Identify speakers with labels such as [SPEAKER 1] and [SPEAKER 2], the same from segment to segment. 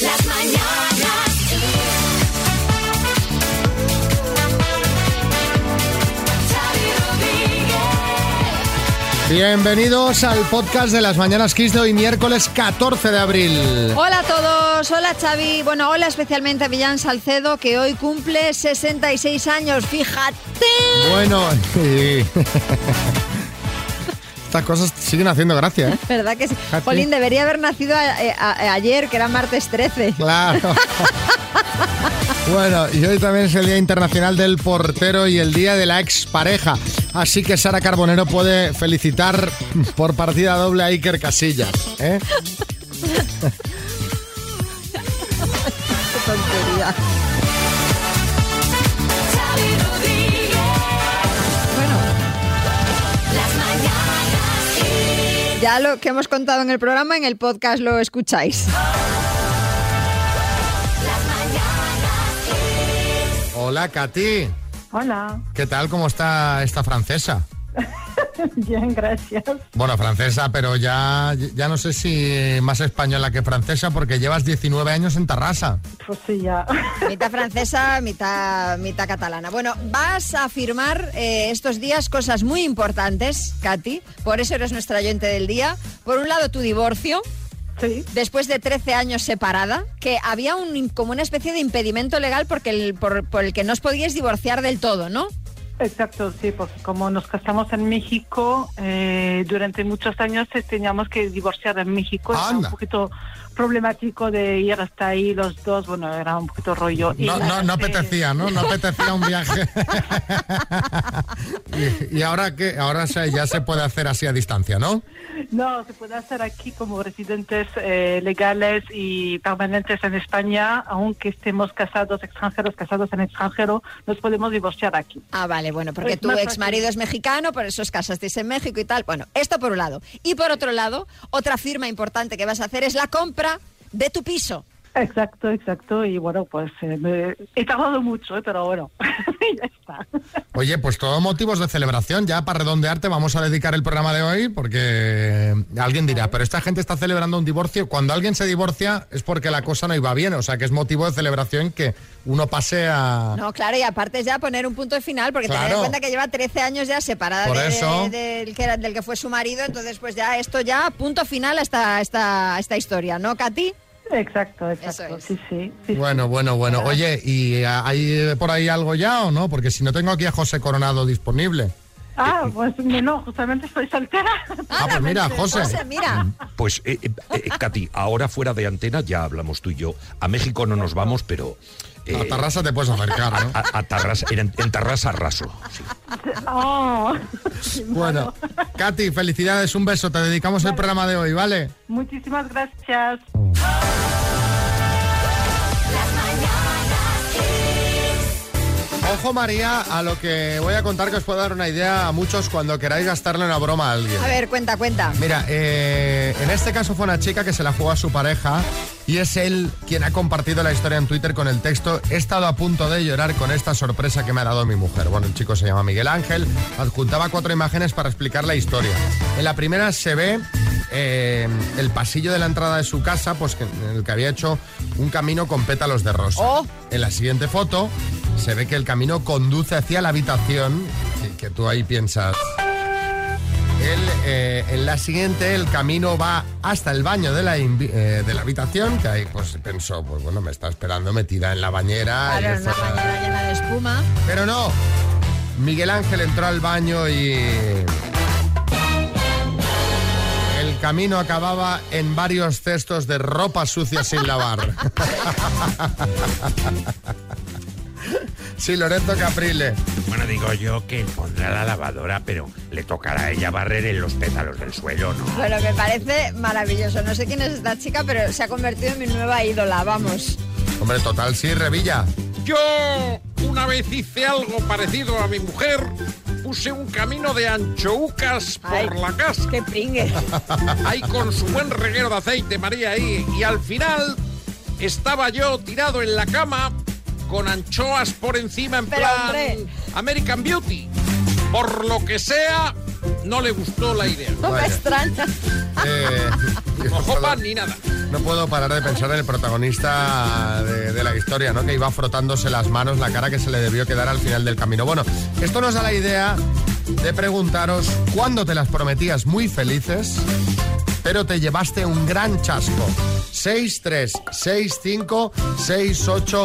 [SPEAKER 1] Las mañanas Xavi Rodríguez.
[SPEAKER 2] Bienvenidos al podcast de las Mañanas Kiss de hoy miércoles 14 de abril.
[SPEAKER 3] Hola a todos, hola Xavi, bueno, hola especialmente a Millán Salcedo que hoy cumple 66 años, fíjate.
[SPEAKER 2] Bueno, y- estas cosas siguen haciendo gracia, ¿eh?
[SPEAKER 3] ¿Verdad que sí?
[SPEAKER 2] Fíjate.
[SPEAKER 3] Polín debería haber nacido a- eh, a- ayer, que era martes 13.
[SPEAKER 2] Claro. Bueno, y hoy también es el Día Internacional del Portero y el Día de la Expareja. Así que Sara Carbonero puede felicitar por partida doble a Iker Casillas. ¿eh?
[SPEAKER 3] Qué tontería.
[SPEAKER 1] Xavi Rodríguez.
[SPEAKER 3] Bueno,
[SPEAKER 1] Las mañanas Kiss.
[SPEAKER 3] ya lo que hemos contado en el programa, en el podcast lo escucháis.
[SPEAKER 1] Las mañanas Kiss.
[SPEAKER 2] Hola, Katy.
[SPEAKER 4] Hola,
[SPEAKER 2] ¿Qué tal? ¿Cómo está esta francesa?
[SPEAKER 4] bien, gracias.
[SPEAKER 2] Bueno, francesa, pero ya, ya no sé si eh, más española que francesa porque llevas 19 años en Tarrasa.
[SPEAKER 4] Pues sí, ya.
[SPEAKER 3] Mitad francesa, mitad, mitad catalana. Bueno, vas a firmar eh, estos días cosas muy importantes, Katy. Por eso eres nuestra oyente del día. Por un lado, tu divorcio.
[SPEAKER 4] Sí,
[SPEAKER 3] después de 13 años separada, que había un, como una especie de impedimento legal porque el, por, por el que no os podíais divorciar del todo, ¿no?
[SPEAKER 4] exacto, sí, porque como nos casamos en México, eh, durante muchos años eh, teníamos que divorciar en México. Era
[SPEAKER 2] Anda.
[SPEAKER 4] un poquito problemático de ir hasta ahí los dos, bueno, era un poquito rollo. Y
[SPEAKER 2] No,
[SPEAKER 4] la
[SPEAKER 2] no, no
[SPEAKER 4] gente-
[SPEAKER 2] apetecía, ¿no? No apetecía un viaje. y, y ahora que ahora se- ya se puede hacer así a distancia, ¿no?
[SPEAKER 4] No, se puede hacer aquí como residentes eh, legales y permanentes en España, aunque estemos casados, extranjeros, casados en extranjero, nos podemos divorciar aquí.
[SPEAKER 3] Ah, vale, bueno, porque
[SPEAKER 4] Es
[SPEAKER 3] tu
[SPEAKER 4] Pues más
[SPEAKER 3] ex marido
[SPEAKER 4] fácil.
[SPEAKER 3] es mexicano, por eso os casasteis en México y tal. Bueno, esto por un lado. Y por otro lado, otra firma importante que vas a hacer es la compra de tu piso.
[SPEAKER 4] Exacto, exacto. Y bueno, pues eh, me- he tardado mucho, eh, pero bueno, ya está.
[SPEAKER 2] Oye, pues todos motivos de celebración. Ya para redondearte vamos a dedicar el programa de hoy porque alguien dirá, pero esta gente está celebrando un divorcio. Cuando alguien se divorcia es porque la cosa no iba bien, o sea que es motivo de celebración que uno pase a...
[SPEAKER 3] No, claro, y aparte es ya poner un punto de final, porque tener
[SPEAKER 2] Claro.
[SPEAKER 3] en cuenta que lleva 13 años ya separada
[SPEAKER 2] Por
[SPEAKER 3] de-
[SPEAKER 2] eso.
[SPEAKER 3] de- del, que era- del que fue su marido, entonces pues ya esto ya, punto final a esta, a esta, a esta historia, ¿no, Katy?
[SPEAKER 4] Exacto, exacto.
[SPEAKER 3] es.
[SPEAKER 4] Sí, sí. sí,
[SPEAKER 2] Bueno, bueno, bueno. Oye, ¿y ah, hay por ahí algo ya o no? Porque si no tengo aquí a José Coronado disponible.
[SPEAKER 4] sí. Ah, pues no, justamente estoy soltera.
[SPEAKER 2] Ah, pues mira, José.
[SPEAKER 3] José, mira.
[SPEAKER 5] Pues, eh, eh, eh, Katy, ahora fuera de antena ya hablamos tú y yo. A México no nos vamos, pero... eh,
[SPEAKER 2] A Tarrasa te puedes acercar, ¿no?
[SPEAKER 5] a- a Tarrasa- en, en Tarrasa raso. sí.
[SPEAKER 4] Oh.
[SPEAKER 2] Bueno, Katy, felicidades, un beso. Te dedicamos el programa de hoy, ¿vale?
[SPEAKER 4] Muchísimas gracias.
[SPEAKER 1] Las mañanas Kiss.
[SPEAKER 2] Ojo, María, a lo que voy a contar que os puedo dar una idea a muchos cuando queráis gastarle una broma a alguien.
[SPEAKER 3] A ver, cuenta, cuenta.
[SPEAKER 2] Mira, eh, en este caso fue una chica que se la jugó a su pareja y es él quien ha compartido la historia en Twitter con el texto He estado a punto de llorar con esta sorpresa que me ha dado mi mujer. Bueno, el chico se llama Miguel Ángel, adjuntaba cuatro imágenes para explicar la historia. En la primera se ve eh, el pasillo de la entrada de su casa, pues que- en el que había hecho un camino con pétalos de rosa.
[SPEAKER 3] Oh.
[SPEAKER 2] En la siguiente foto se ve que el camino conduce hacia la habitación, que- que tú ahí piensas... Él, eh, en la siguiente, el camino va hasta el baño de la, invi- eh, de la habitación, que ahí pues pensó, pues bueno, me está esperando metida en la bañera. y
[SPEAKER 3] Claro,
[SPEAKER 2] fue-
[SPEAKER 3] una mañana llena de espuma.
[SPEAKER 2] Pero no, Miguel Ángel entró al baño y... El camino acababa en varios cestos de ropa sucia sin lavar. sí, Loreto Caprile.
[SPEAKER 5] Bueno, digo yo que pondrá la lavadora, pero le tocará a ella barrer en los pétalos del suelo, ¿no?
[SPEAKER 3] Bueno, me parece maravilloso. No sé quién es esta chica, pero se ha convertido en mi nueva ídola, vamos.
[SPEAKER 2] Hombre, total, sí, Revilla.
[SPEAKER 6] Yo una vez hice algo parecido a mi mujer. Puse un camino de anchoucas por
[SPEAKER 3] Ay,
[SPEAKER 6] la casa,
[SPEAKER 3] Qué pringue.
[SPEAKER 6] ahí con su buen reguero de aceite, María, ahí. Y al final estaba yo tirado en la cama con anchoas por encima en
[SPEAKER 3] Pero,
[SPEAKER 6] plan
[SPEAKER 3] hombre.
[SPEAKER 6] American Beauty. Por lo que sea, no le gustó la idea.
[SPEAKER 3] No me
[SPEAKER 2] Vaya.
[SPEAKER 3] extraña.
[SPEAKER 2] Eh,
[SPEAKER 6] No jopa ni nada.
[SPEAKER 2] No puedo parar de pensar en el protagonista de, de la historia, ¿no? Que iba frotándose las manos, la cara que se le debió quedar al final del camino. Bueno, esto nos da la idea de preguntaros cuándo te las prometías muy felices, pero te llevaste un gran chasco.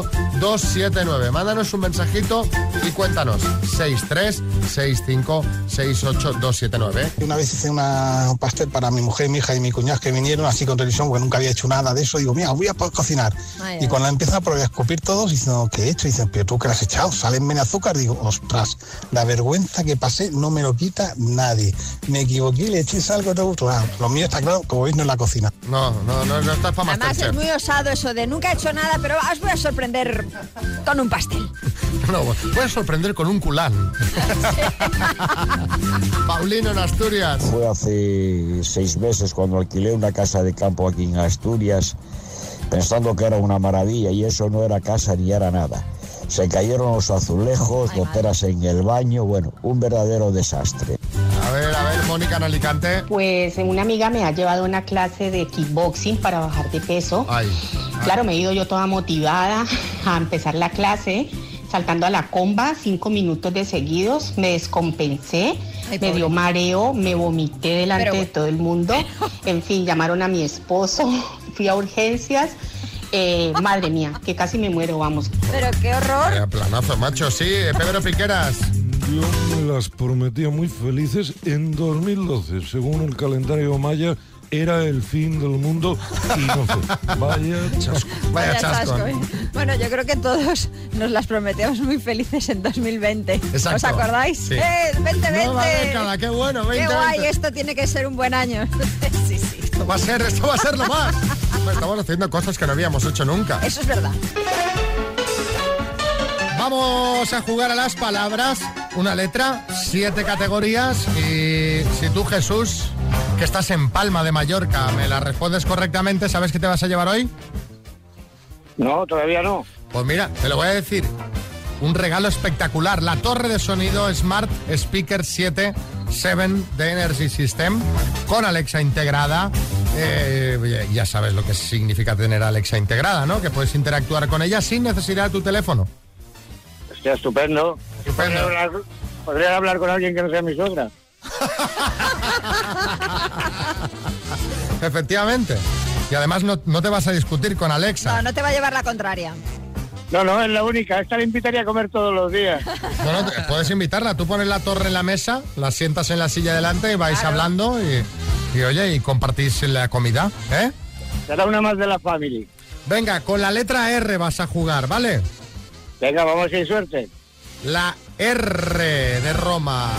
[SPEAKER 2] 636568279. Mándanos un mensajito y cuéntanos. 636568279.
[SPEAKER 7] Una vez hice una- un pastel para mi mujer, mi hija y mi cuñado que vinieron así con televisión, porque nunca había hecho nada de eso. Digo, mira, voy a poder cocinar.
[SPEAKER 3] Ay, ay.
[SPEAKER 7] y cuando la empiezan a probar a escupir todos, diciendo, ¿qué he hecho? Dicen, pero tú que le has echado, salen menos azúcar. Digo, ostras, la vergüenza que pasé no me lo quita nadie. Me equivoqué, le eché sal con todo. Claro, lo mío está claro, como veis, no es la cocina.
[SPEAKER 2] No, no, no, no estás para
[SPEAKER 3] Además es
[SPEAKER 2] Masterchef.
[SPEAKER 3] muy osado eso de nunca he hecho nada, pero os voy a sorprender con un pastel.
[SPEAKER 2] No, voy a sorprender con un culán. Paulino en Asturias.
[SPEAKER 8] Fue hace seis meses cuando alquilé una casa de campo aquí en Asturias, pensando que era una maravilla y eso no era casa ni era nada. Se cayeron los azulejos, goteras en el baño, bueno, un verdadero desastre.
[SPEAKER 2] A ver, a ver, Mónica en Alicante.
[SPEAKER 9] Pues una amiga me ha llevado a una clase de kickboxing para bajar de peso.
[SPEAKER 2] Ay.
[SPEAKER 9] Claro, me he ido yo toda motivada a empezar la clase, saltando a la comba cinco minutos de seguidos, me descompensé,
[SPEAKER 3] Ay,
[SPEAKER 9] me
[SPEAKER 3] pobre.
[SPEAKER 9] dio mareo, me vomité delante
[SPEAKER 3] Pero
[SPEAKER 9] de
[SPEAKER 3] bueno.
[SPEAKER 9] todo el mundo. En fin, llamaron a mi esposo, fui a urgencias. Eh, madre mía, que casi me muero, vamos.
[SPEAKER 3] Pero qué horror.
[SPEAKER 2] Vaya planazo, macho, sí, eh, Pedro Piqueras.
[SPEAKER 10] Yo me las prometía muy felices en 2012. Según el calendario maya, era el fin del mundo y no fue. Vaya chasco.
[SPEAKER 2] Vaya,
[SPEAKER 3] Vaya
[SPEAKER 2] chasco.
[SPEAKER 3] chasco, ¿eh? Bueno, yo creo que todos nos las prometemos muy felices en 2020.
[SPEAKER 2] Exacto.
[SPEAKER 3] ¿Os acordáis?
[SPEAKER 2] Sí.
[SPEAKER 3] ¡Eh, 2020!
[SPEAKER 2] Nueva década, qué bueno,
[SPEAKER 3] ¡Qué
[SPEAKER 2] 2020.
[SPEAKER 3] guay! Esto tiene que ser un buen año. sí, sí.
[SPEAKER 2] Esto va a ser, esto va a ser lo más. Estamos haciendo cosas que no habíamos hecho nunca.
[SPEAKER 3] Eso es verdad.
[SPEAKER 2] Vamos a jugar a las palabras. Una letra, siete categorías. Y si tú, Jesús, que estás en Palma de Mallorca, me la respondes correctamente, ¿sabes qué te vas a llevar hoy?
[SPEAKER 8] No, todavía no.
[SPEAKER 2] Pues mira, te lo voy a decir. Un regalo espectacular. La torre de sonido Smart Speaker 7 7 de Energy System con Alexa integrada. Eh, ya sabes lo que significa tener a Alexa integrada, ¿no? Que puedes interactuar con ella sin necesidad de tu teléfono.
[SPEAKER 8] Está estupendo.
[SPEAKER 2] Estupendo. Podría hablar-
[SPEAKER 8] con alguien que no sea mi sogra.
[SPEAKER 2] Efectivamente. Y además no, no te vas a discutir con
[SPEAKER 3] No,
[SPEAKER 2] Alexa.
[SPEAKER 3] no te va a llevar la contraria.
[SPEAKER 8] No, no, es la única. Esta la invitaría a comer todos los días.
[SPEAKER 2] No, no, te- puedes invitarla. Tú pones la torre en la mesa, la sientas en la silla delante y vais hablando y, y oye, y compartís la comida, ¿eh?
[SPEAKER 8] Será una más de la familia.
[SPEAKER 2] Venga, con la letra R vas a jugar, ¿vale?
[SPEAKER 8] Venga, vamos sin suerte.
[SPEAKER 2] La R de Roma.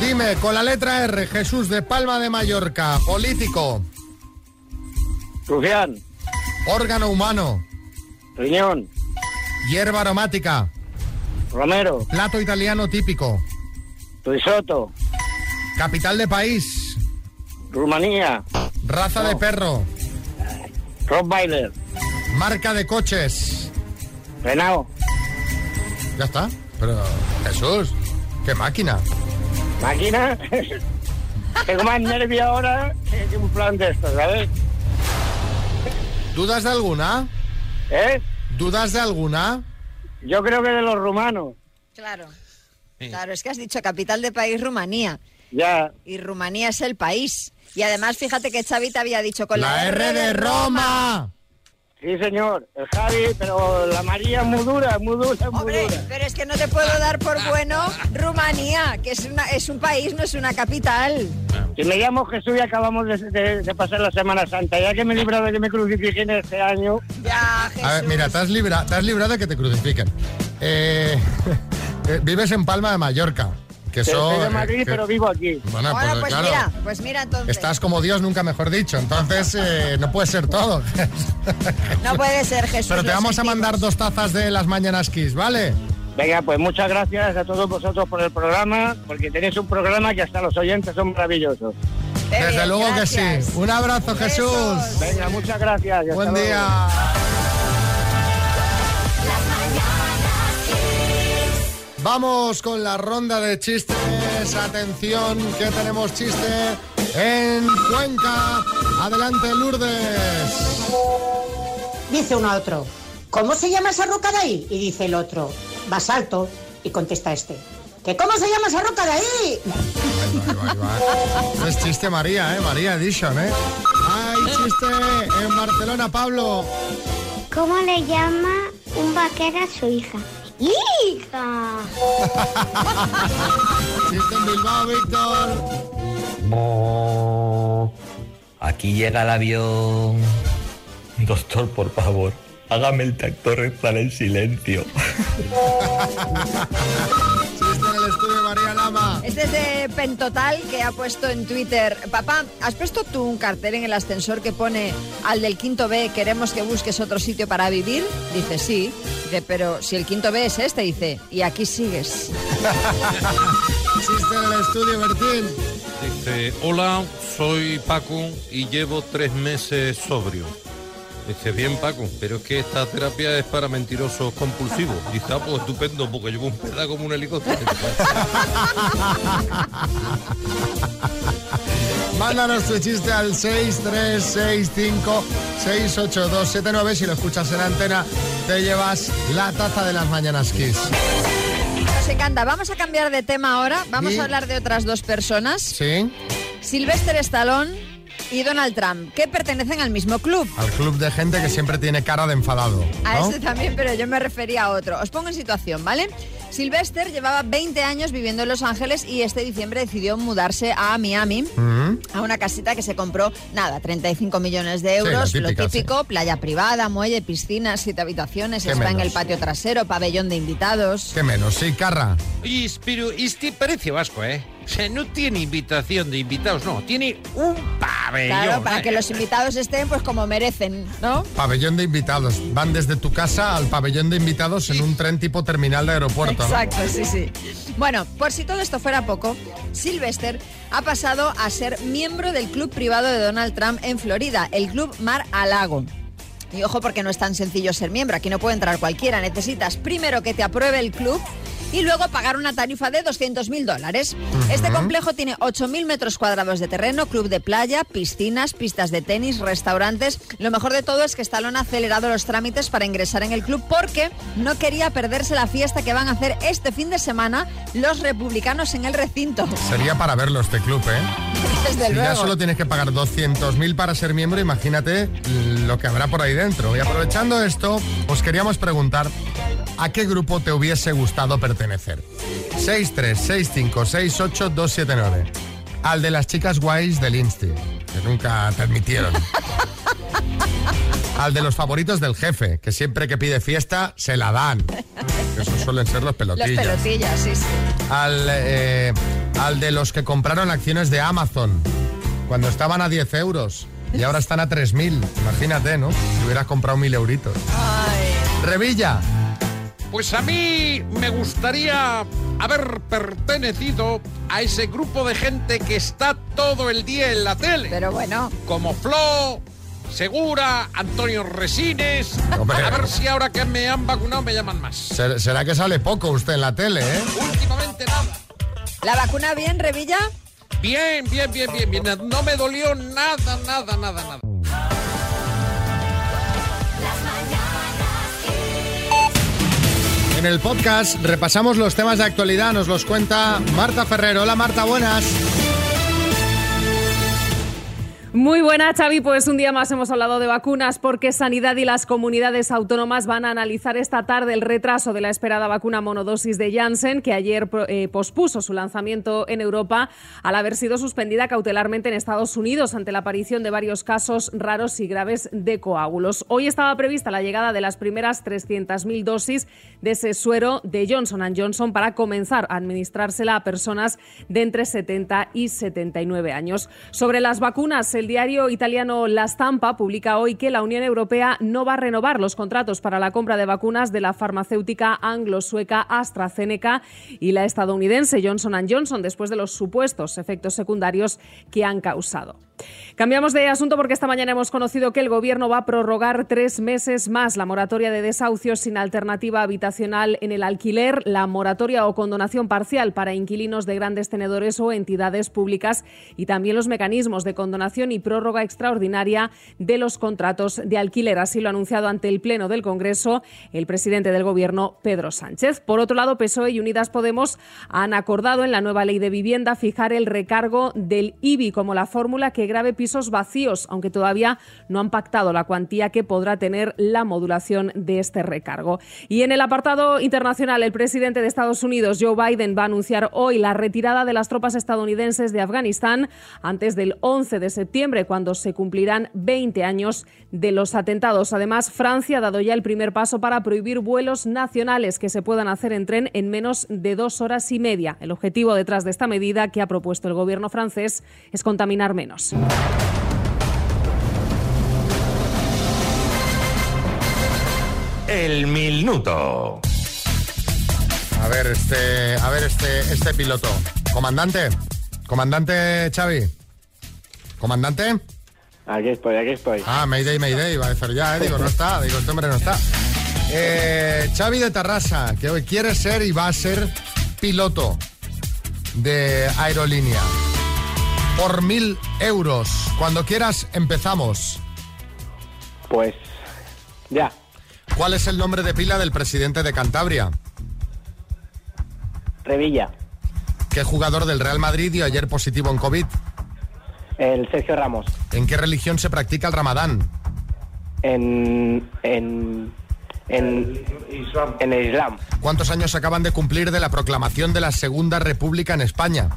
[SPEAKER 2] Dime, con la letra R, Jesús de Palma de Mallorca, político,
[SPEAKER 8] Rufián,
[SPEAKER 2] órgano humano,
[SPEAKER 8] riñón,
[SPEAKER 2] hierba aromática,
[SPEAKER 8] Romero,
[SPEAKER 2] plato italiano típico,
[SPEAKER 8] Tuisoto,
[SPEAKER 2] capital de país,
[SPEAKER 8] Rumanía,
[SPEAKER 2] raza de perro,
[SPEAKER 8] Rottweiler,
[SPEAKER 2] marca de coches.
[SPEAKER 8] Renao,
[SPEAKER 2] Ya está. Pero, Jesús, qué máquina.
[SPEAKER 8] máquina. Tengo más nervio ahora que un plan de estos, ¿sabes?
[SPEAKER 2] ¿Dudas de alguna?
[SPEAKER 8] ¿Eh?
[SPEAKER 2] ¿Dudas de alguna?
[SPEAKER 8] Yo creo que de los rumanos.
[SPEAKER 3] Claro. Claro, es que has dicho capital de país Rumanía.
[SPEAKER 8] Ya,
[SPEAKER 3] Y Rumanía es el país. Y además, fíjate que Xavi te había dicho con la,
[SPEAKER 2] La R de Roma.
[SPEAKER 8] sí señor, el Javi, pero la María es muy dura, muy dura, muy
[SPEAKER 3] Hombre,
[SPEAKER 8] dura.
[SPEAKER 3] pero es que no te puedo dar por bueno Rumanía, que es, una, es un país, no es una capital.
[SPEAKER 8] Si me llamo Jesús y acabamos de, de- de pasar la Semana Santa, ya que me he librado de que me crucifiquen este año,
[SPEAKER 3] Ya, Jesús.
[SPEAKER 2] A ver, mira, te has, libra, te has librado de que te crucifiquen. Eh, eh, vives en Palma de Mallorca, que
[SPEAKER 8] que
[SPEAKER 2] son...
[SPEAKER 8] soy de
[SPEAKER 2] eh,
[SPEAKER 8] Madrid,
[SPEAKER 2] que-
[SPEAKER 8] pero vivo aquí.
[SPEAKER 2] Bueno,
[SPEAKER 3] Bueno,
[SPEAKER 2] pues,
[SPEAKER 3] pues
[SPEAKER 2] claro,
[SPEAKER 3] mira, pues mira entonces.
[SPEAKER 2] estás como Dios, nunca mejor dicho, entonces eh, no puede ser todo.
[SPEAKER 3] No puede ser, Jesús.
[SPEAKER 2] Pero te
[SPEAKER 3] lo
[SPEAKER 2] vamos a
[SPEAKER 3] sentimos.
[SPEAKER 2] mandar dos tazas de las Mañanas Kiss, ¿vale?
[SPEAKER 8] Venga, pues muchas gracias a todos vosotros por el programa, porque tenéis un programa que hasta los oyentes son maravillosos.
[SPEAKER 3] Qué bien,
[SPEAKER 2] Desde luego que
[SPEAKER 3] gracias.
[SPEAKER 2] sí. Un abrazo, Jesús.
[SPEAKER 3] Besos.
[SPEAKER 8] Venga, muchas gracias. y hasta
[SPEAKER 2] Buen
[SPEAKER 8] luego.
[SPEAKER 2] día. Vamos con la ronda de chistes. Atención, que tenemos chiste en Cuenca. Adelante, Lourdes.
[SPEAKER 11] Dice uno a otro, ¿cómo se llama esa roca de ahí? Y dice el otro, basalto. Y contesta este, ¿que cómo se llama esa roca de ahí?
[SPEAKER 2] No es chiste María, ¿eh? María Edition, ¿eh? ¡Ay, chiste! En Barcelona, Pablo.
[SPEAKER 12] ¿Cómo le llama un vaquero a su hija? ¡Hija!
[SPEAKER 2] Chiste en Bilbao, Víctor.
[SPEAKER 13] Aquí llega el avión. Doctor, por favor, hágame el tractor estar en silencio.
[SPEAKER 2] Chiste en el estudio, María Lama.
[SPEAKER 3] Este es de Pentotal que ha puesto en Twitter, papá, ¿has puesto tú un cartel en el ascensor que pone al del quinto B, queremos que busques otro sitio para vivir? Dice, sí. Dice, pero si el quinto B es este, dice, y aquí sigues.
[SPEAKER 2] Chiste en el estudio, Bertín.
[SPEAKER 14] Dice, Este, hola, soy Paco y llevo tres meses sobrio. Dice, bien Paco, pero es que esta terapia es para mentirosos compulsivos. Dice, ah, pues estupendo, porque llevo un peda como un helicóptero.
[SPEAKER 2] Mándanos tu chiste al 636568279. Si lo escuchas en antena, te llevas la taza de las mañanas Kiss.
[SPEAKER 3] Nos encanta. Vamos a cambiar de tema ahora. Vamos
[SPEAKER 2] Sí.
[SPEAKER 3] a hablar de otras dos personas.
[SPEAKER 2] Sí.
[SPEAKER 3] Sylvester Stallone y Donald Trump, que pertenecen al mismo club.
[SPEAKER 2] Al club de gente que siempre tiene cara de enfadado.
[SPEAKER 3] A
[SPEAKER 2] ¿no?
[SPEAKER 3] este también, pero yo me refería a otro. Os pongo en situación, ¿vale? Sylvester llevaba 20 años viviendo en Los Ángeles y este diciembre decidió mudarse a Miami.
[SPEAKER 1] Mhm.
[SPEAKER 3] A una casita que se compró, nada, 35 millones de
[SPEAKER 1] Sí,
[SPEAKER 3] euros,
[SPEAKER 1] la típica,
[SPEAKER 3] lo típico, playa privada, muelle, piscina, siete habitaciones,
[SPEAKER 2] ¿Qué
[SPEAKER 3] está en
[SPEAKER 2] menos?
[SPEAKER 3] el patio trasero, pabellón de invitados.
[SPEAKER 2] ¿Qué menos? Sí, Carra.
[SPEAKER 6] Oye, pero este parece vasco, ¿eh? O sea, no tiene invitación de invitados, no. Tiene un pabellón.
[SPEAKER 3] Claro, para
[SPEAKER 6] ¿eh?
[SPEAKER 3] que los invitados estén pues como merecen, ¿no?
[SPEAKER 2] Pabellón de invitados. Van desde tu casa al pabellón de invitados en un tren tipo terminal de aeropuerto. ¿no?
[SPEAKER 3] Exacto, sí, sí. Bueno, por si todo esto fuera poco, Sylvester ha pasado a ser miembro del club privado de Donald Trump en Florida, el Club Mar a Lago. Y ojo porque no es tan sencillo ser miembro, aquí no puede entrar cualquiera, necesitas primero que te apruebe el club y luego pagar una tarifa de 200 mil dólares. Este complejo tiene 8.000 metros cuadrados de terreno, club de playa, piscinas, pistas de tenis, restaurantes. Lo mejor de todo es que Stallone ha acelerado los trámites para ingresar en el club porque no quería perderse la fiesta que van a hacer este fin de semana los republicanos en el recinto.
[SPEAKER 2] Sería para verlo este club, ¿eh?
[SPEAKER 3] Desde
[SPEAKER 2] si ya
[SPEAKER 3] luego.
[SPEAKER 2] solo tienes que pagar 200.000 para ser miembro, imagínate lo que habrá por ahí dentro. Y aprovechando esto, os queríamos preguntar a qué grupo te hubiese gustado pertenecer. 636568279. Al de las chicas guays del Insti, que nunca te admitieron. Al de los favoritos del jefe, que siempre que pide fiesta se la dan. Esos suelen ser los
[SPEAKER 3] Los
[SPEAKER 2] pelotillos
[SPEAKER 3] pelotillas, sí, sí.
[SPEAKER 2] al, eh, al de los que compraron acciones de Amazon cuando estaban a 10 euros y ahora están a 3.000. Imagínate, ¿no? Si hubieras comprado 1.000 euritos. Revilla.
[SPEAKER 6] Pues a mí me gustaría haber pertenecido a ese grupo de gente que está todo el día en la tele.
[SPEAKER 3] Pero bueno.
[SPEAKER 6] Como Flo, Segura, Antonio Resines.
[SPEAKER 2] Hombre.
[SPEAKER 6] A ver si ahora que me han vacunado me llaman más.
[SPEAKER 2] ¿Ser- ¿Será que sale poco usted en la tele, eh?
[SPEAKER 3] ¿La vacuna bien, Revilla?
[SPEAKER 6] Bien, bien, bien, bien, bien. No me dolió nada, nada, nada, nada.
[SPEAKER 2] En el podcast repasamos los temas de actualidad, nos los cuenta Marta Ferrero. Hola Marta, buenas.
[SPEAKER 15] Muy buena, Xavi. Pues un día más hemos hablado de vacunas porque Sanidad y las comunidades autónomas van a analizar esta tarde el retraso de la esperada vacuna monodosis de Janssen, que ayer pro- eh, pospuso su lanzamiento en Europa al haber sido suspendida cautelarmente en Estados Unidos ante la aparición de varios casos raros y graves de coágulos. Hoy estaba prevista la llegada de las primeras 300.000 dosis de ese suero de Johnson Johnson para comenzar a administrársela a personas de entre 70 y 79 años. Sobre las vacunas, el diario italiano La Stampa publica hoy que la Unión Europea no va a renovar los contratos para la compra de vacunas de la farmacéutica anglo-sueca AstraZeneca y la estadounidense Johnson Johnson después de los supuestos efectos secundarios que han causado. Cambiamos de asunto porque esta mañana hemos conocido que el Gobierno va a prorrogar tres meses más la moratoria de desahucios sin alternativa habitacional en el alquiler, la moratoria o condonación parcial para inquilinos de grandes tenedores o entidades públicas y también los mecanismos de condonación y y prórroga extraordinaria de los contratos de alquiler. Así lo ha anunciado ante el Pleno del Congreso el presidente del Gobierno, Pedro Sánchez. Por otro lado, PSOE E y Unidas Podemos han acordado en la nueva ley de vivienda fijar el recargo del IBI como la fórmula que grave pisos vacíos, aunque todavía no han pactado la cuantía que podrá tener la modulación de este recargo. Y en el apartado internacional, el presidente de Estados Unidos, Joe Biden, va a anunciar hoy la retirada de las tropas estadounidenses de Afganistán antes del 11 de septiembre, cuando se cumplirán 20 años de los atentados. Además, Francia ha dado ya el primer paso para prohibir vuelos nacionales que se puedan hacer en tren en menos de dos horas y media. El objetivo detrás de esta medida que ha propuesto el gobierno francés es contaminar menos.
[SPEAKER 5] El minuto.
[SPEAKER 2] A ver, este, a ver este, este piloto. Comandante, comandante Xavi. Comandante.
[SPEAKER 16] Aquí estoy, aquí estoy.
[SPEAKER 2] Ah, Mayday, Mayday, va a decir ya, eh. digo, no está, digo, este hombre no está. Eh, Xavi de Tarrasa, que hoy quiere ser y va a ser piloto de aerolínea. Por mil euros. Cuando quieras, empezamos.
[SPEAKER 16] Pues, ya.
[SPEAKER 2] ¿Cuál es el nombre de pila del presidente de Cantabria?
[SPEAKER 16] Revilla,
[SPEAKER 2] ¿Qué jugador del Real Madrid dio ayer positivo en COVID?
[SPEAKER 16] el Sergio Ramos,
[SPEAKER 2] ¿En qué religión se practica el ramadán?
[SPEAKER 16] en, en, en, en el Islam,
[SPEAKER 2] ¿Cuántos años se acaban de cumplir de la proclamación de la Segunda República en España?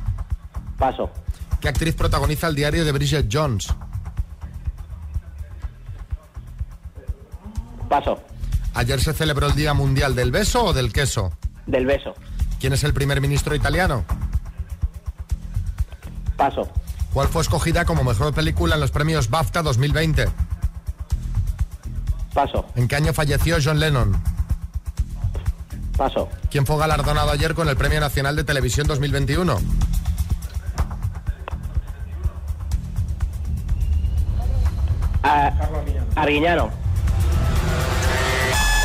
[SPEAKER 16] paso,
[SPEAKER 2] ¿Qué actriz protagoniza el diario de Bridget Jones?
[SPEAKER 16] paso,
[SPEAKER 2] ¿Ayer se celebró el Día Mundial del Beso o del Queso?
[SPEAKER 16] del beso,
[SPEAKER 2] ¿Quién es el primer ministro italiano?
[SPEAKER 16] paso,
[SPEAKER 2] ¿Cuál fue escogida como mejor película en los premios BAFTA 2020?
[SPEAKER 16] Paso.
[SPEAKER 2] ¿En qué año falleció John Lennon?
[SPEAKER 16] Paso.
[SPEAKER 2] ¿Quién fue galardonado ayer con el Premio Nacional de Televisión 2021?
[SPEAKER 16] A- Arguiñano,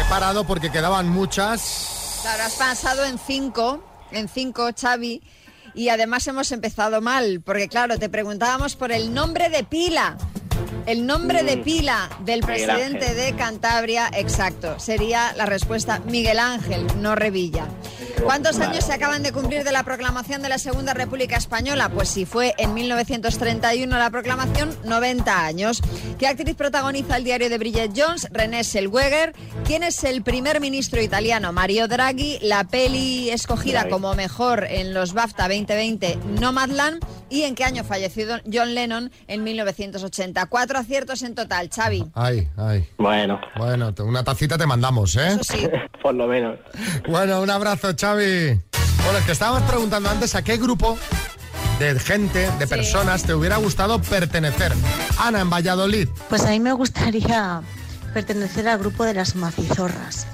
[SPEAKER 2] He parado porque quedaban muchas.
[SPEAKER 3] Claro, has pasado en cinco, en cinco, Xavi, y además hemos empezado mal, porque claro, te preguntábamos por el nombre de pila. El nombre de
[SPEAKER 17] Mm,
[SPEAKER 3] pila del
[SPEAKER 17] Miguel
[SPEAKER 3] presidente
[SPEAKER 17] Ángel.
[SPEAKER 3] de Cantabria, exacto, sería la respuesta Miguel Ángel, no Revilla. ¿Cuántos
[SPEAKER 17] Vale.
[SPEAKER 3] años se acaban de cumplir de la proclamación de la Segunda República Española? Pues si fue en 1931 la proclamación, 90 años. ¿Qué actriz protagoniza el diario de Bridget Jones? René Selweger. ¿Quién es el primer ministro italiano? Mario Draghi. La peli escogida
[SPEAKER 17] Draghi.
[SPEAKER 3] como mejor en los BAFTA 2020, Nomadland. ¿Y en qué año fallecido John Lennon? En 1980. Cuatro aciertos en total, Xavi.
[SPEAKER 2] Ay, ay.
[SPEAKER 16] Bueno.
[SPEAKER 2] Bueno, te- una tacita te mandamos, ¿eh?
[SPEAKER 3] Eso sí.
[SPEAKER 16] por lo menos.
[SPEAKER 2] Bueno, un abrazo, Xavi. Bueno, es que estábamos preguntando antes a qué grupo de gente, de personas, te hubiera gustado pertenecer. Ana, en Valladolid.
[SPEAKER 18] Pues a mí me gustaría pertenecer al grupo de las macizorras,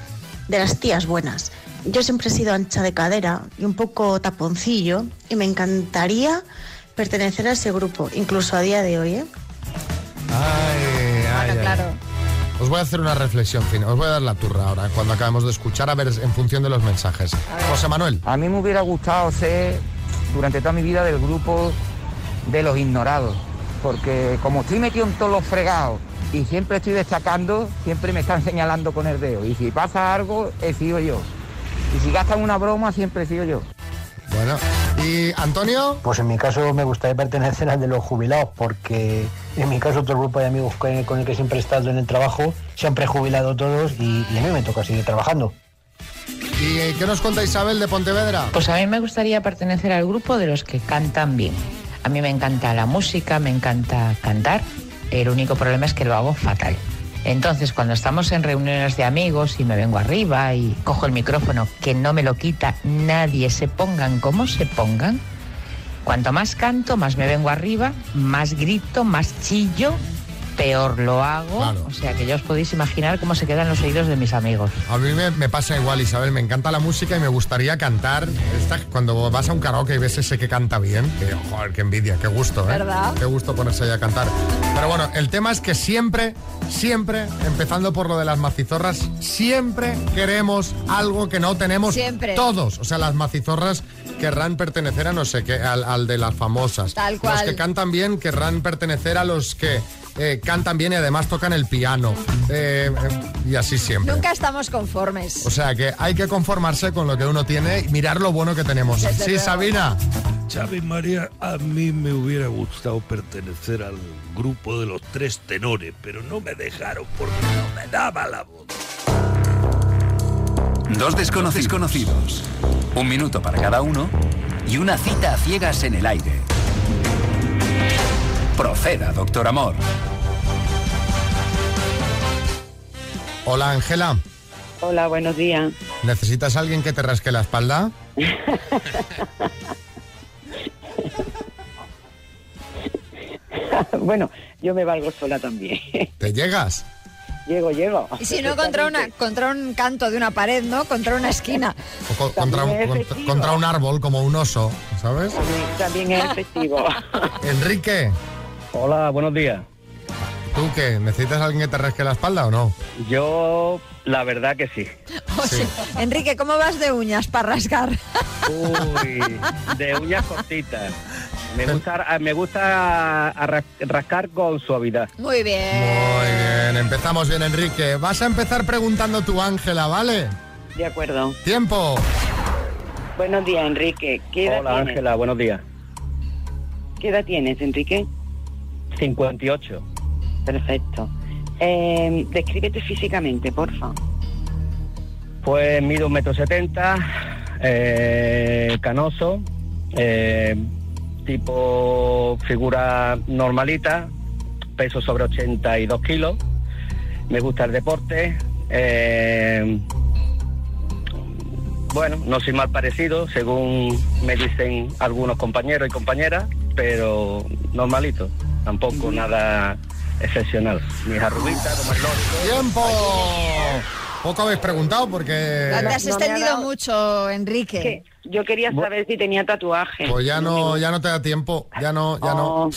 [SPEAKER 18] de las tías buenas. Yo siempre he sido ancha de cadera y un poco taponcillo y me encantaría pertenecer a ese grupo, incluso a día de hoy. ¿eh?
[SPEAKER 2] Ay, ay, ay.
[SPEAKER 3] claro.
[SPEAKER 2] Os voy a hacer una reflexión final. Os voy a dar la turra ahora, cuando acabemos de escuchar, a ver en función de los mensajes. José Manuel.
[SPEAKER 19] A mí me hubiera gustado ser durante toda mi vida del grupo de los ignorados, porque como estoy metido en todos los fregados y siempre estoy destacando, siempre me están señalando con el dedo. Y si pasa algo, he sido yo. Y si gastan una broma, siempre he sido yo.
[SPEAKER 2] Bueno, ¿y Antonio?
[SPEAKER 20] Pues en mi caso me gustaría pertenecer al de los jubilados, porque en mi caso otro grupo de amigos con el, con el que siempre he estado en el trabajo, siempre he jubilado todos y, y a mí me toca seguir trabajando.
[SPEAKER 2] ¿Y eh, qué nos cuenta Isabel de Pontevedra?
[SPEAKER 21] Pues a mí me gustaría pertenecer al grupo de los que cantan bien. A mí me encanta la música, me encanta cantar. El único problema es que lo hago fatal. Entonces, cuando estamos en reuniones de amigos y me vengo arriba y cojo el micrófono, que no me lo quita nadie, se pongan como se pongan, cuanto más canto, más me vengo arriba, más grito, más chillo peor lo hago. O sea que ya os podéis imaginar cómo se quedan los oídos de mis amigos.
[SPEAKER 2] A mí me, me pasa igual, Isabel. Me encanta la música y me gustaría cantar. Esta- cuando vas a un karaoke y ves ese que canta bien, que, joder, qué envidia, qué gusto, ¿eh?
[SPEAKER 3] ¿Verdad?
[SPEAKER 2] Qué gusto ponerse ahí a cantar. Pero bueno, el tema es que siempre, siempre, empezando por lo de las macizorras, siempre queremos algo que no tenemos
[SPEAKER 3] Siempre.
[SPEAKER 2] todos. O sea, las macizorras querrán pertenecer a no sé qué, al, al de las famosas.
[SPEAKER 3] Tal cual.
[SPEAKER 2] Los que cantan bien querrán pertenecer a los que eh, cantan bien y además tocan el piano. Eh, eh, y así siempre.
[SPEAKER 3] Nunca estamos conformes.
[SPEAKER 2] O sea que hay que conformarse con lo que uno tiene y mirar lo bueno que tenemos.
[SPEAKER 3] Desde
[SPEAKER 2] Sí,
[SPEAKER 3] luego.
[SPEAKER 2] Sabina.
[SPEAKER 5] Chávez María, a mí me hubiera gustado pertenecer al grupo de los tres tenores, pero no me dejaron porque no me daba la voz.
[SPEAKER 17] Dos desconocidos conocidos. Un minuto para cada uno y una cita a ciegas en el aire. Proceda, doctor Amor.
[SPEAKER 2] Hola, Ángela.
[SPEAKER 22] Hola, buenos días.
[SPEAKER 2] ¿Necesitas a alguien que te rasque la espalda?
[SPEAKER 22] bueno, yo me valgo sola también.
[SPEAKER 2] ¿Te llegas?
[SPEAKER 22] Llego, llego.
[SPEAKER 3] Y si no, contra, una, contra un canto de una pared, ¿no? Contra una esquina.
[SPEAKER 2] O co- contra, un,
[SPEAKER 3] También es
[SPEAKER 2] cont-
[SPEAKER 3] efectivo.
[SPEAKER 2] contra un árbol como un oso, ¿sabes?
[SPEAKER 22] También es efectivo.
[SPEAKER 2] Enrique.
[SPEAKER 23] Hola, buenos días.
[SPEAKER 2] ¿Tú qué? ¿Necesitas a alguien que te rasque la espalda o no?
[SPEAKER 23] Yo, la verdad que sí.
[SPEAKER 2] Sí.
[SPEAKER 3] Enrique, ¿cómo vas de uñas para rascar?
[SPEAKER 23] Uy, de uñas cortitas. Me gusta, me gusta arras- rascar con suavidad.
[SPEAKER 3] Muy bien.
[SPEAKER 2] Muy bien, empezamos bien, Enrique. Vas a empezar preguntando tú, Ángela, ¿vale?
[SPEAKER 22] De acuerdo.
[SPEAKER 2] Tiempo.
[SPEAKER 22] Buenos días, Enrique. ¿Qué edad
[SPEAKER 23] Hola,
[SPEAKER 22] tienes?
[SPEAKER 23] Ángela, buenos días.
[SPEAKER 22] ¿Qué edad tienes, Enrique?
[SPEAKER 23] 58.
[SPEAKER 22] Perfecto. Eh, descríbete físicamente, porfa.
[SPEAKER 23] Pues mido un metro setenta, eh, canoso, eh, tipo figura normalita, peso sobre 82 kilos. Me gusta el deporte. eh, bueno, no soy mal parecido, según me dicen algunos compañeros y compañeras, pero normalito, tampoco nada excepcional. Mis arruguitas, como el loro.
[SPEAKER 2] ¡Tiempo! Poco habéis preguntado porque...
[SPEAKER 3] Te has
[SPEAKER 22] No me ha
[SPEAKER 3] extendido
[SPEAKER 22] dado-
[SPEAKER 3] mucho, Enrique.
[SPEAKER 22] ¿Qué? Yo quería saber si tenía tatuaje.
[SPEAKER 2] Pues ya no, ya no te da tiempo, ya no, ya no.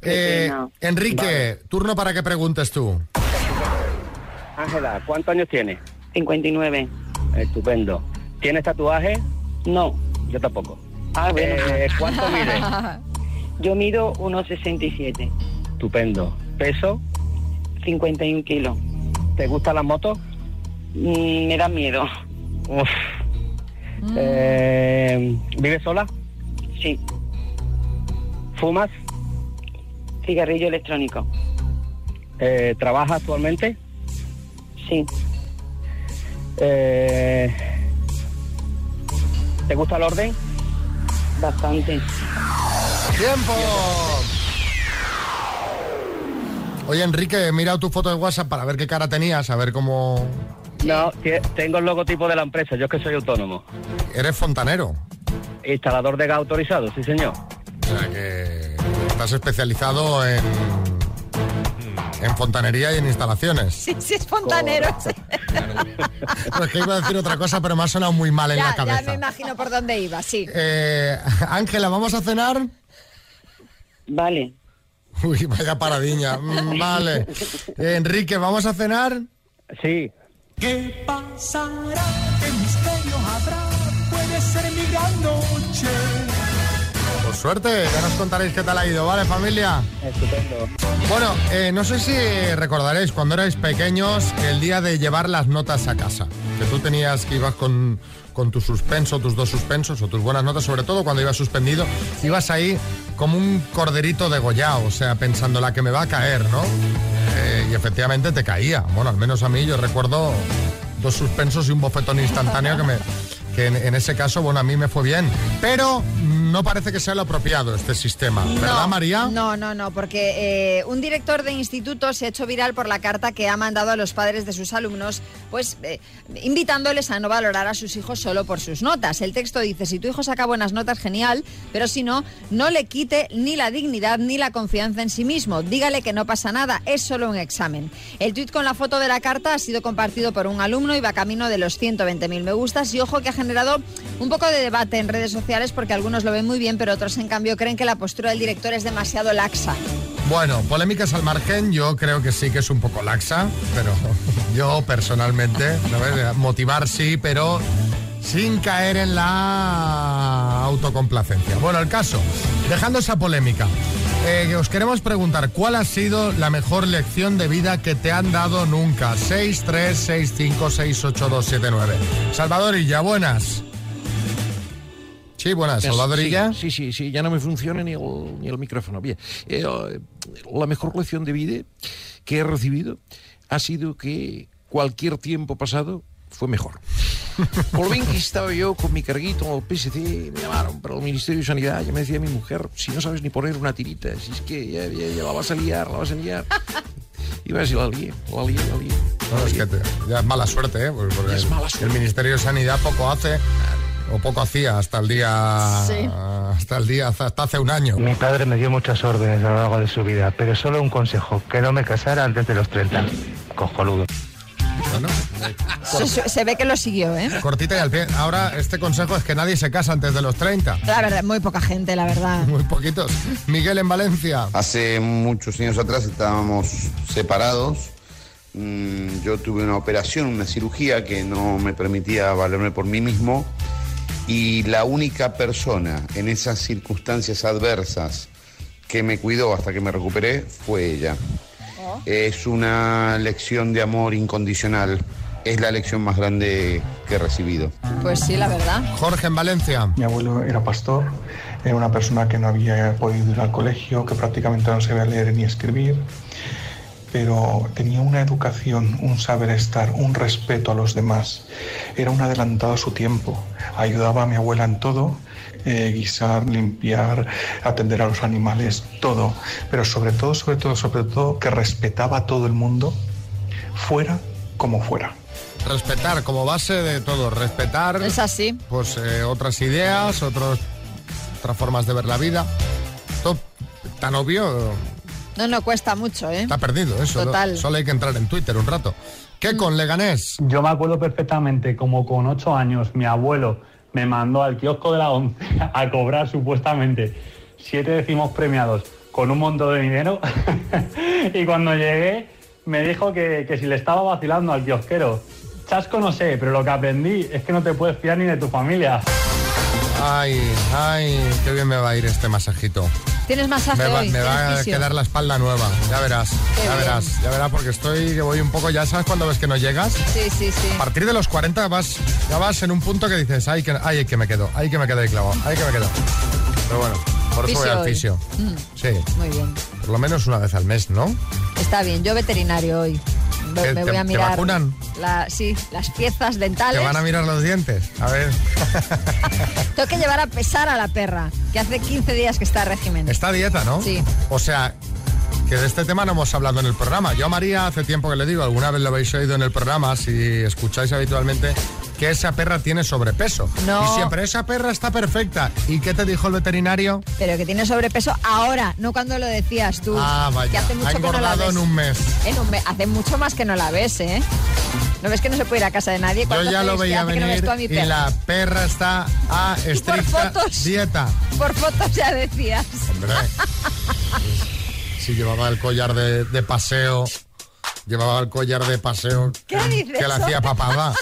[SPEAKER 2] Eh,
[SPEAKER 23] pena.
[SPEAKER 2] Enrique, turno para que preguntes tú.
[SPEAKER 23] Ángela, ¿cuántos años tienes?
[SPEAKER 22] 59.
[SPEAKER 23] Estupendo. ¿Tienes tatuaje?
[SPEAKER 22] No.
[SPEAKER 23] Yo tampoco.
[SPEAKER 22] Ah, bueno.
[SPEAKER 23] Eh, ¿Cuánto mides?
[SPEAKER 22] Yo mido 1,67.
[SPEAKER 23] Estupendo. ¿Peso?
[SPEAKER 22] 51 kilos.
[SPEAKER 23] ¿Te gustan las motos?
[SPEAKER 22] Mm, me da miedo. Mm.
[SPEAKER 23] Uf. Eh, ¿Vives sola?
[SPEAKER 22] Sí.
[SPEAKER 23] ¿Fumas?
[SPEAKER 22] Cigarrillo electrónico.
[SPEAKER 23] Eh, ¿Trabajas actualmente?
[SPEAKER 22] Sí.
[SPEAKER 23] Eh, ¿Te gusta el orden?
[SPEAKER 22] Bastante.
[SPEAKER 2] ¡Tiempo! Oye, Enrique, he mirado tu foto de WhatsApp para ver qué cara tenías, a ver cómo...
[SPEAKER 23] No, tie- tengo el logotipo de la empresa. Yo es que soy autónomo.
[SPEAKER 2] Eres fontanero,
[SPEAKER 23] Instalador de gas autorizado, sí, señor.
[SPEAKER 2] o sea que estás especializado en, en fontanería y en instalaciones.
[SPEAKER 3] Sí, sí, es fontanero.
[SPEAKER 2] No, es que iba a decir otra cosa, pero me ha sonado muy mal en
[SPEAKER 3] ya,
[SPEAKER 2] la
[SPEAKER 3] ya me
[SPEAKER 2] cabeza.
[SPEAKER 3] imagino por dónde iba, sí.
[SPEAKER 2] Eh, Ángela, ¿vamos a cenar?
[SPEAKER 22] Vale.
[SPEAKER 2] Uy, vaya paradiña. Mm, Vale. Eh, Enrique, ¿vamos a cenar?
[SPEAKER 23] Sí.
[SPEAKER 1] ¿Qué pasará? ¿Qué misterio habrá? Puede ser mi gran noche.
[SPEAKER 2] Por suerte, ya nos contaréis qué tal ha ido, ¿vale, familia?
[SPEAKER 23] Estupendo.
[SPEAKER 2] Bueno, eh, no sé si recordaréis cuando erais pequeños el día de llevar las notas a casa. Que tú tenías que ibas con, con tu suspenso, tus dos suspensos o tus buenas notas, sobre todo cuando ibas suspendido, ibas ahí como un corderito degollado, o sea, pensando la que me va a caer, ¿no? Eh, y efectivamente te caía. Bueno, al menos a mí yo recuerdo dos suspensos y un bofetón instantáneo que me que en, en ese caso, bueno, a mí me fue bien. Pero mm, no parece que sea lo apropiado este sistema, ¿verdad,
[SPEAKER 3] no,
[SPEAKER 2] María?
[SPEAKER 3] No, no, no, porque eh, un director de instituto se ha hecho viral por la carta que ha mandado a los padres de sus alumnos, pues eh, invitándoles a no valorar a sus hijos solo por sus notas. El texto dice, si tu hijo saca buenas notas, genial, pero si no, no le quite ni la dignidad ni la confianza en sí mismo. Dígale que no pasa nada, es solo un examen. El tuit con la foto de la carta ha sido compartido por un alumno y va camino de los 120.000 me gustas y ojo que ha generado un poco de debate en redes sociales porque algunos lo ven muy bien, pero otros en cambio creen que la postura del director es demasiado laxa.
[SPEAKER 2] Bueno, polémicas al margen, yo creo que sí que es un poco laxa, pero yo personalmente, ¿no ves? Eh, motivar sí, pero sin caer en la autocomplacencia. Bueno, el caso, dejando esa polémica, eh, que os queremos preguntar, ¿cuál ha sido la mejor lección de vida que te han dado nunca? 636568279. Salvador Illa, buenas. Sí, buenas,
[SPEAKER 6] Sí,
[SPEAKER 2] Salvador Illa.
[SPEAKER 6] Sí, sí, sí, ya no me funciona ni el, ni el micrófono. Bien, Eh, eh, la mejor lección de vida que he recibido ha sido que cualquier tiempo pasado fue mejor. Por bien que estaba yo con mi carguito en el PSC, me llamaron para el Ministerio de Sanidad, ya me decía mi mujer, si no sabes ni poner una tirita, si es que ya, ya- ya la vas a liar, la vas a liar. Iba a decir, la lié, la lié, la lié.
[SPEAKER 2] Bueno, es que te- ya es mala suerte, ¿eh? Porque
[SPEAKER 6] Ya es mala
[SPEAKER 2] El
[SPEAKER 6] suerte.
[SPEAKER 2] Ministerio de Sanidad poco hace o poco hacía hasta el día
[SPEAKER 20] Sí.
[SPEAKER 2] hasta el día hasta hace un año.
[SPEAKER 20] Mi padre me dio muchas órdenes a lo largo de su vida, pero solo un consejo, que no me casara antes de los 30. Cojoludo.
[SPEAKER 3] Se, se- se ve que lo siguió, ¿eh?
[SPEAKER 2] Cortita y al pie. Ahora este consejo es que nadie se casa antes de los 30.
[SPEAKER 3] La verdad, muy poca gente, la verdad.
[SPEAKER 2] Muy poquitos. Miguel en Valencia.
[SPEAKER 4] Hace muchos años atrás estábamos separados. Mm, Yo tuve una operación, una cirugía que no me permitía valerme por mí mismo. Y la única persona en esas circunstancias adversas que me cuidó hasta que me recuperé fue ella. Es una lección de amor incondicional. Es la lección más grande que he recibido.
[SPEAKER 3] Pues sí, la verdad.
[SPEAKER 2] Jorge en Valencia.
[SPEAKER 7] Mi abuelo era pastor, era una persona que no había podido ir al colegio, que prácticamente no sabía leer ni escribir, pero tenía una educación, un saber estar, un respeto a los demás. Era un adelantado a su tiempo, ayudaba a mi abuela en todo, eh, guisar, limpiar, atender a los animales, todo, pero sobre todo, sobre todo, sobre todo, que respetaba a todo el mundo, fuera como fuera.
[SPEAKER 2] Respetar como base de todo, respetar.
[SPEAKER 3] Es así.
[SPEAKER 2] Pues eh, otras ideas, otros, otras formas de ver la vida. Esto tan obvio,
[SPEAKER 3] No, no, cuesta mucho, ¿eh?
[SPEAKER 2] está perdido eso. ¿no?
[SPEAKER 3] Total.
[SPEAKER 2] Solo hay que entrar en Twitter un rato. ¿Qué con Leganés?
[SPEAKER 9] Yo me acuerdo perfectamente como con ocho años mi abuelo me mandó al kiosco de la once a cobrar supuestamente siete décimos premiados con un montón de dinero y cuando llegué me dijo que, que si le estaba vacilando al kiosquero. Chasco no sé, pero lo que aprendí es que no te puedes fiar ni de tu familia.
[SPEAKER 2] Ay, ay, qué bien me va a ir este masajito.
[SPEAKER 3] Tienes masaje
[SPEAKER 2] Me va,
[SPEAKER 3] hoy.
[SPEAKER 2] me va
[SPEAKER 3] tienes
[SPEAKER 2] a
[SPEAKER 3] fisio.
[SPEAKER 2] quedar la espalda nueva, ya verás,
[SPEAKER 3] Qué
[SPEAKER 2] ya
[SPEAKER 3] bien.
[SPEAKER 2] verás, ya verás, porque estoy, que voy un poco, ya sabes cuando ves que no llegas.
[SPEAKER 3] Sí, sí, sí.
[SPEAKER 2] A partir de los 40 vas, ya vas en un punto que dices, ay, que, ay, que me quedo, ay, que me quedo ahí clavado, ay, que me quedo. Pero bueno, por eso voy
[SPEAKER 3] Fisio
[SPEAKER 2] al
[SPEAKER 3] hoy.
[SPEAKER 2] fisio.
[SPEAKER 3] Mm,
[SPEAKER 2] Sí,
[SPEAKER 3] muy bien.
[SPEAKER 2] por lo menos una vez al mes, ¿no?
[SPEAKER 3] Está bien, yo veterinario hoy. Me,
[SPEAKER 2] ¿Te-
[SPEAKER 3] me
[SPEAKER 2] te-
[SPEAKER 3] voy a
[SPEAKER 2] te
[SPEAKER 3] mirar.
[SPEAKER 2] vacunan?
[SPEAKER 3] la- sí, las piezas
[SPEAKER 2] Te
[SPEAKER 3] dentales.
[SPEAKER 2] van a mirar los dientes, a ver.
[SPEAKER 3] Tengo que llevar a pesar a la perra, que hace 15 días que está a régimen.
[SPEAKER 2] Está a dieta, ¿no?
[SPEAKER 3] Sí.
[SPEAKER 2] O sea, que de este tema no hemos hablado en el programa. Yo a María hace tiempo que le digo, alguna vez lo habéis oído en el programa, si escucháis habitualmente, que esa perra tiene sobrepeso.
[SPEAKER 3] No.
[SPEAKER 2] Y siempre, esa perra está perfecta. ¿Y qué te dijo el veterinario?
[SPEAKER 3] Pero que tiene sobrepeso ahora, no cuando lo decías tú.
[SPEAKER 2] Ah,
[SPEAKER 3] Que
[SPEAKER 2] vaya,
[SPEAKER 3] hace
[SPEAKER 2] ha
[SPEAKER 3] mucho que no la
[SPEAKER 2] engordado
[SPEAKER 3] ves.
[SPEAKER 2] en un mes.
[SPEAKER 3] En un mes. Hace mucho más que no la ves, ¿eh? ¿No ves que no se puede ir a casa de nadie?
[SPEAKER 2] Yo
[SPEAKER 3] ¿Cuánto
[SPEAKER 2] ya
[SPEAKER 3] hace
[SPEAKER 2] lo
[SPEAKER 3] que
[SPEAKER 2] veía
[SPEAKER 3] hace que no ves
[SPEAKER 2] venir
[SPEAKER 3] tú a mi
[SPEAKER 2] y
[SPEAKER 3] perra?
[SPEAKER 2] la perra está a estricta dieta.
[SPEAKER 3] Por fotos ya decías.
[SPEAKER 2] Hombre. Si llevaba el collar de, de paseo, llevaba el collar de paseo
[SPEAKER 3] ¿Qué dices?
[SPEAKER 2] que la hacía papada.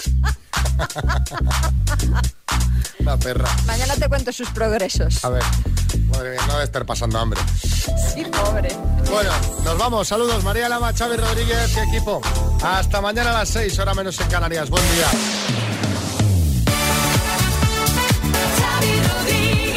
[SPEAKER 2] La perra.
[SPEAKER 3] Mañana te cuento sus progresos.
[SPEAKER 2] A ver, madre mía, no debe estar pasando hambre.
[SPEAKER 3] Sí, pobre.
[SPEAKER 2] Bueno, nos vamos. Saludos, María Lama, Xavi Rodríguez y equipo. Hasta mañana a las 6, hora menos en Canarias. Buen día.
[SPEAKER 1] Xavi Rodríguez.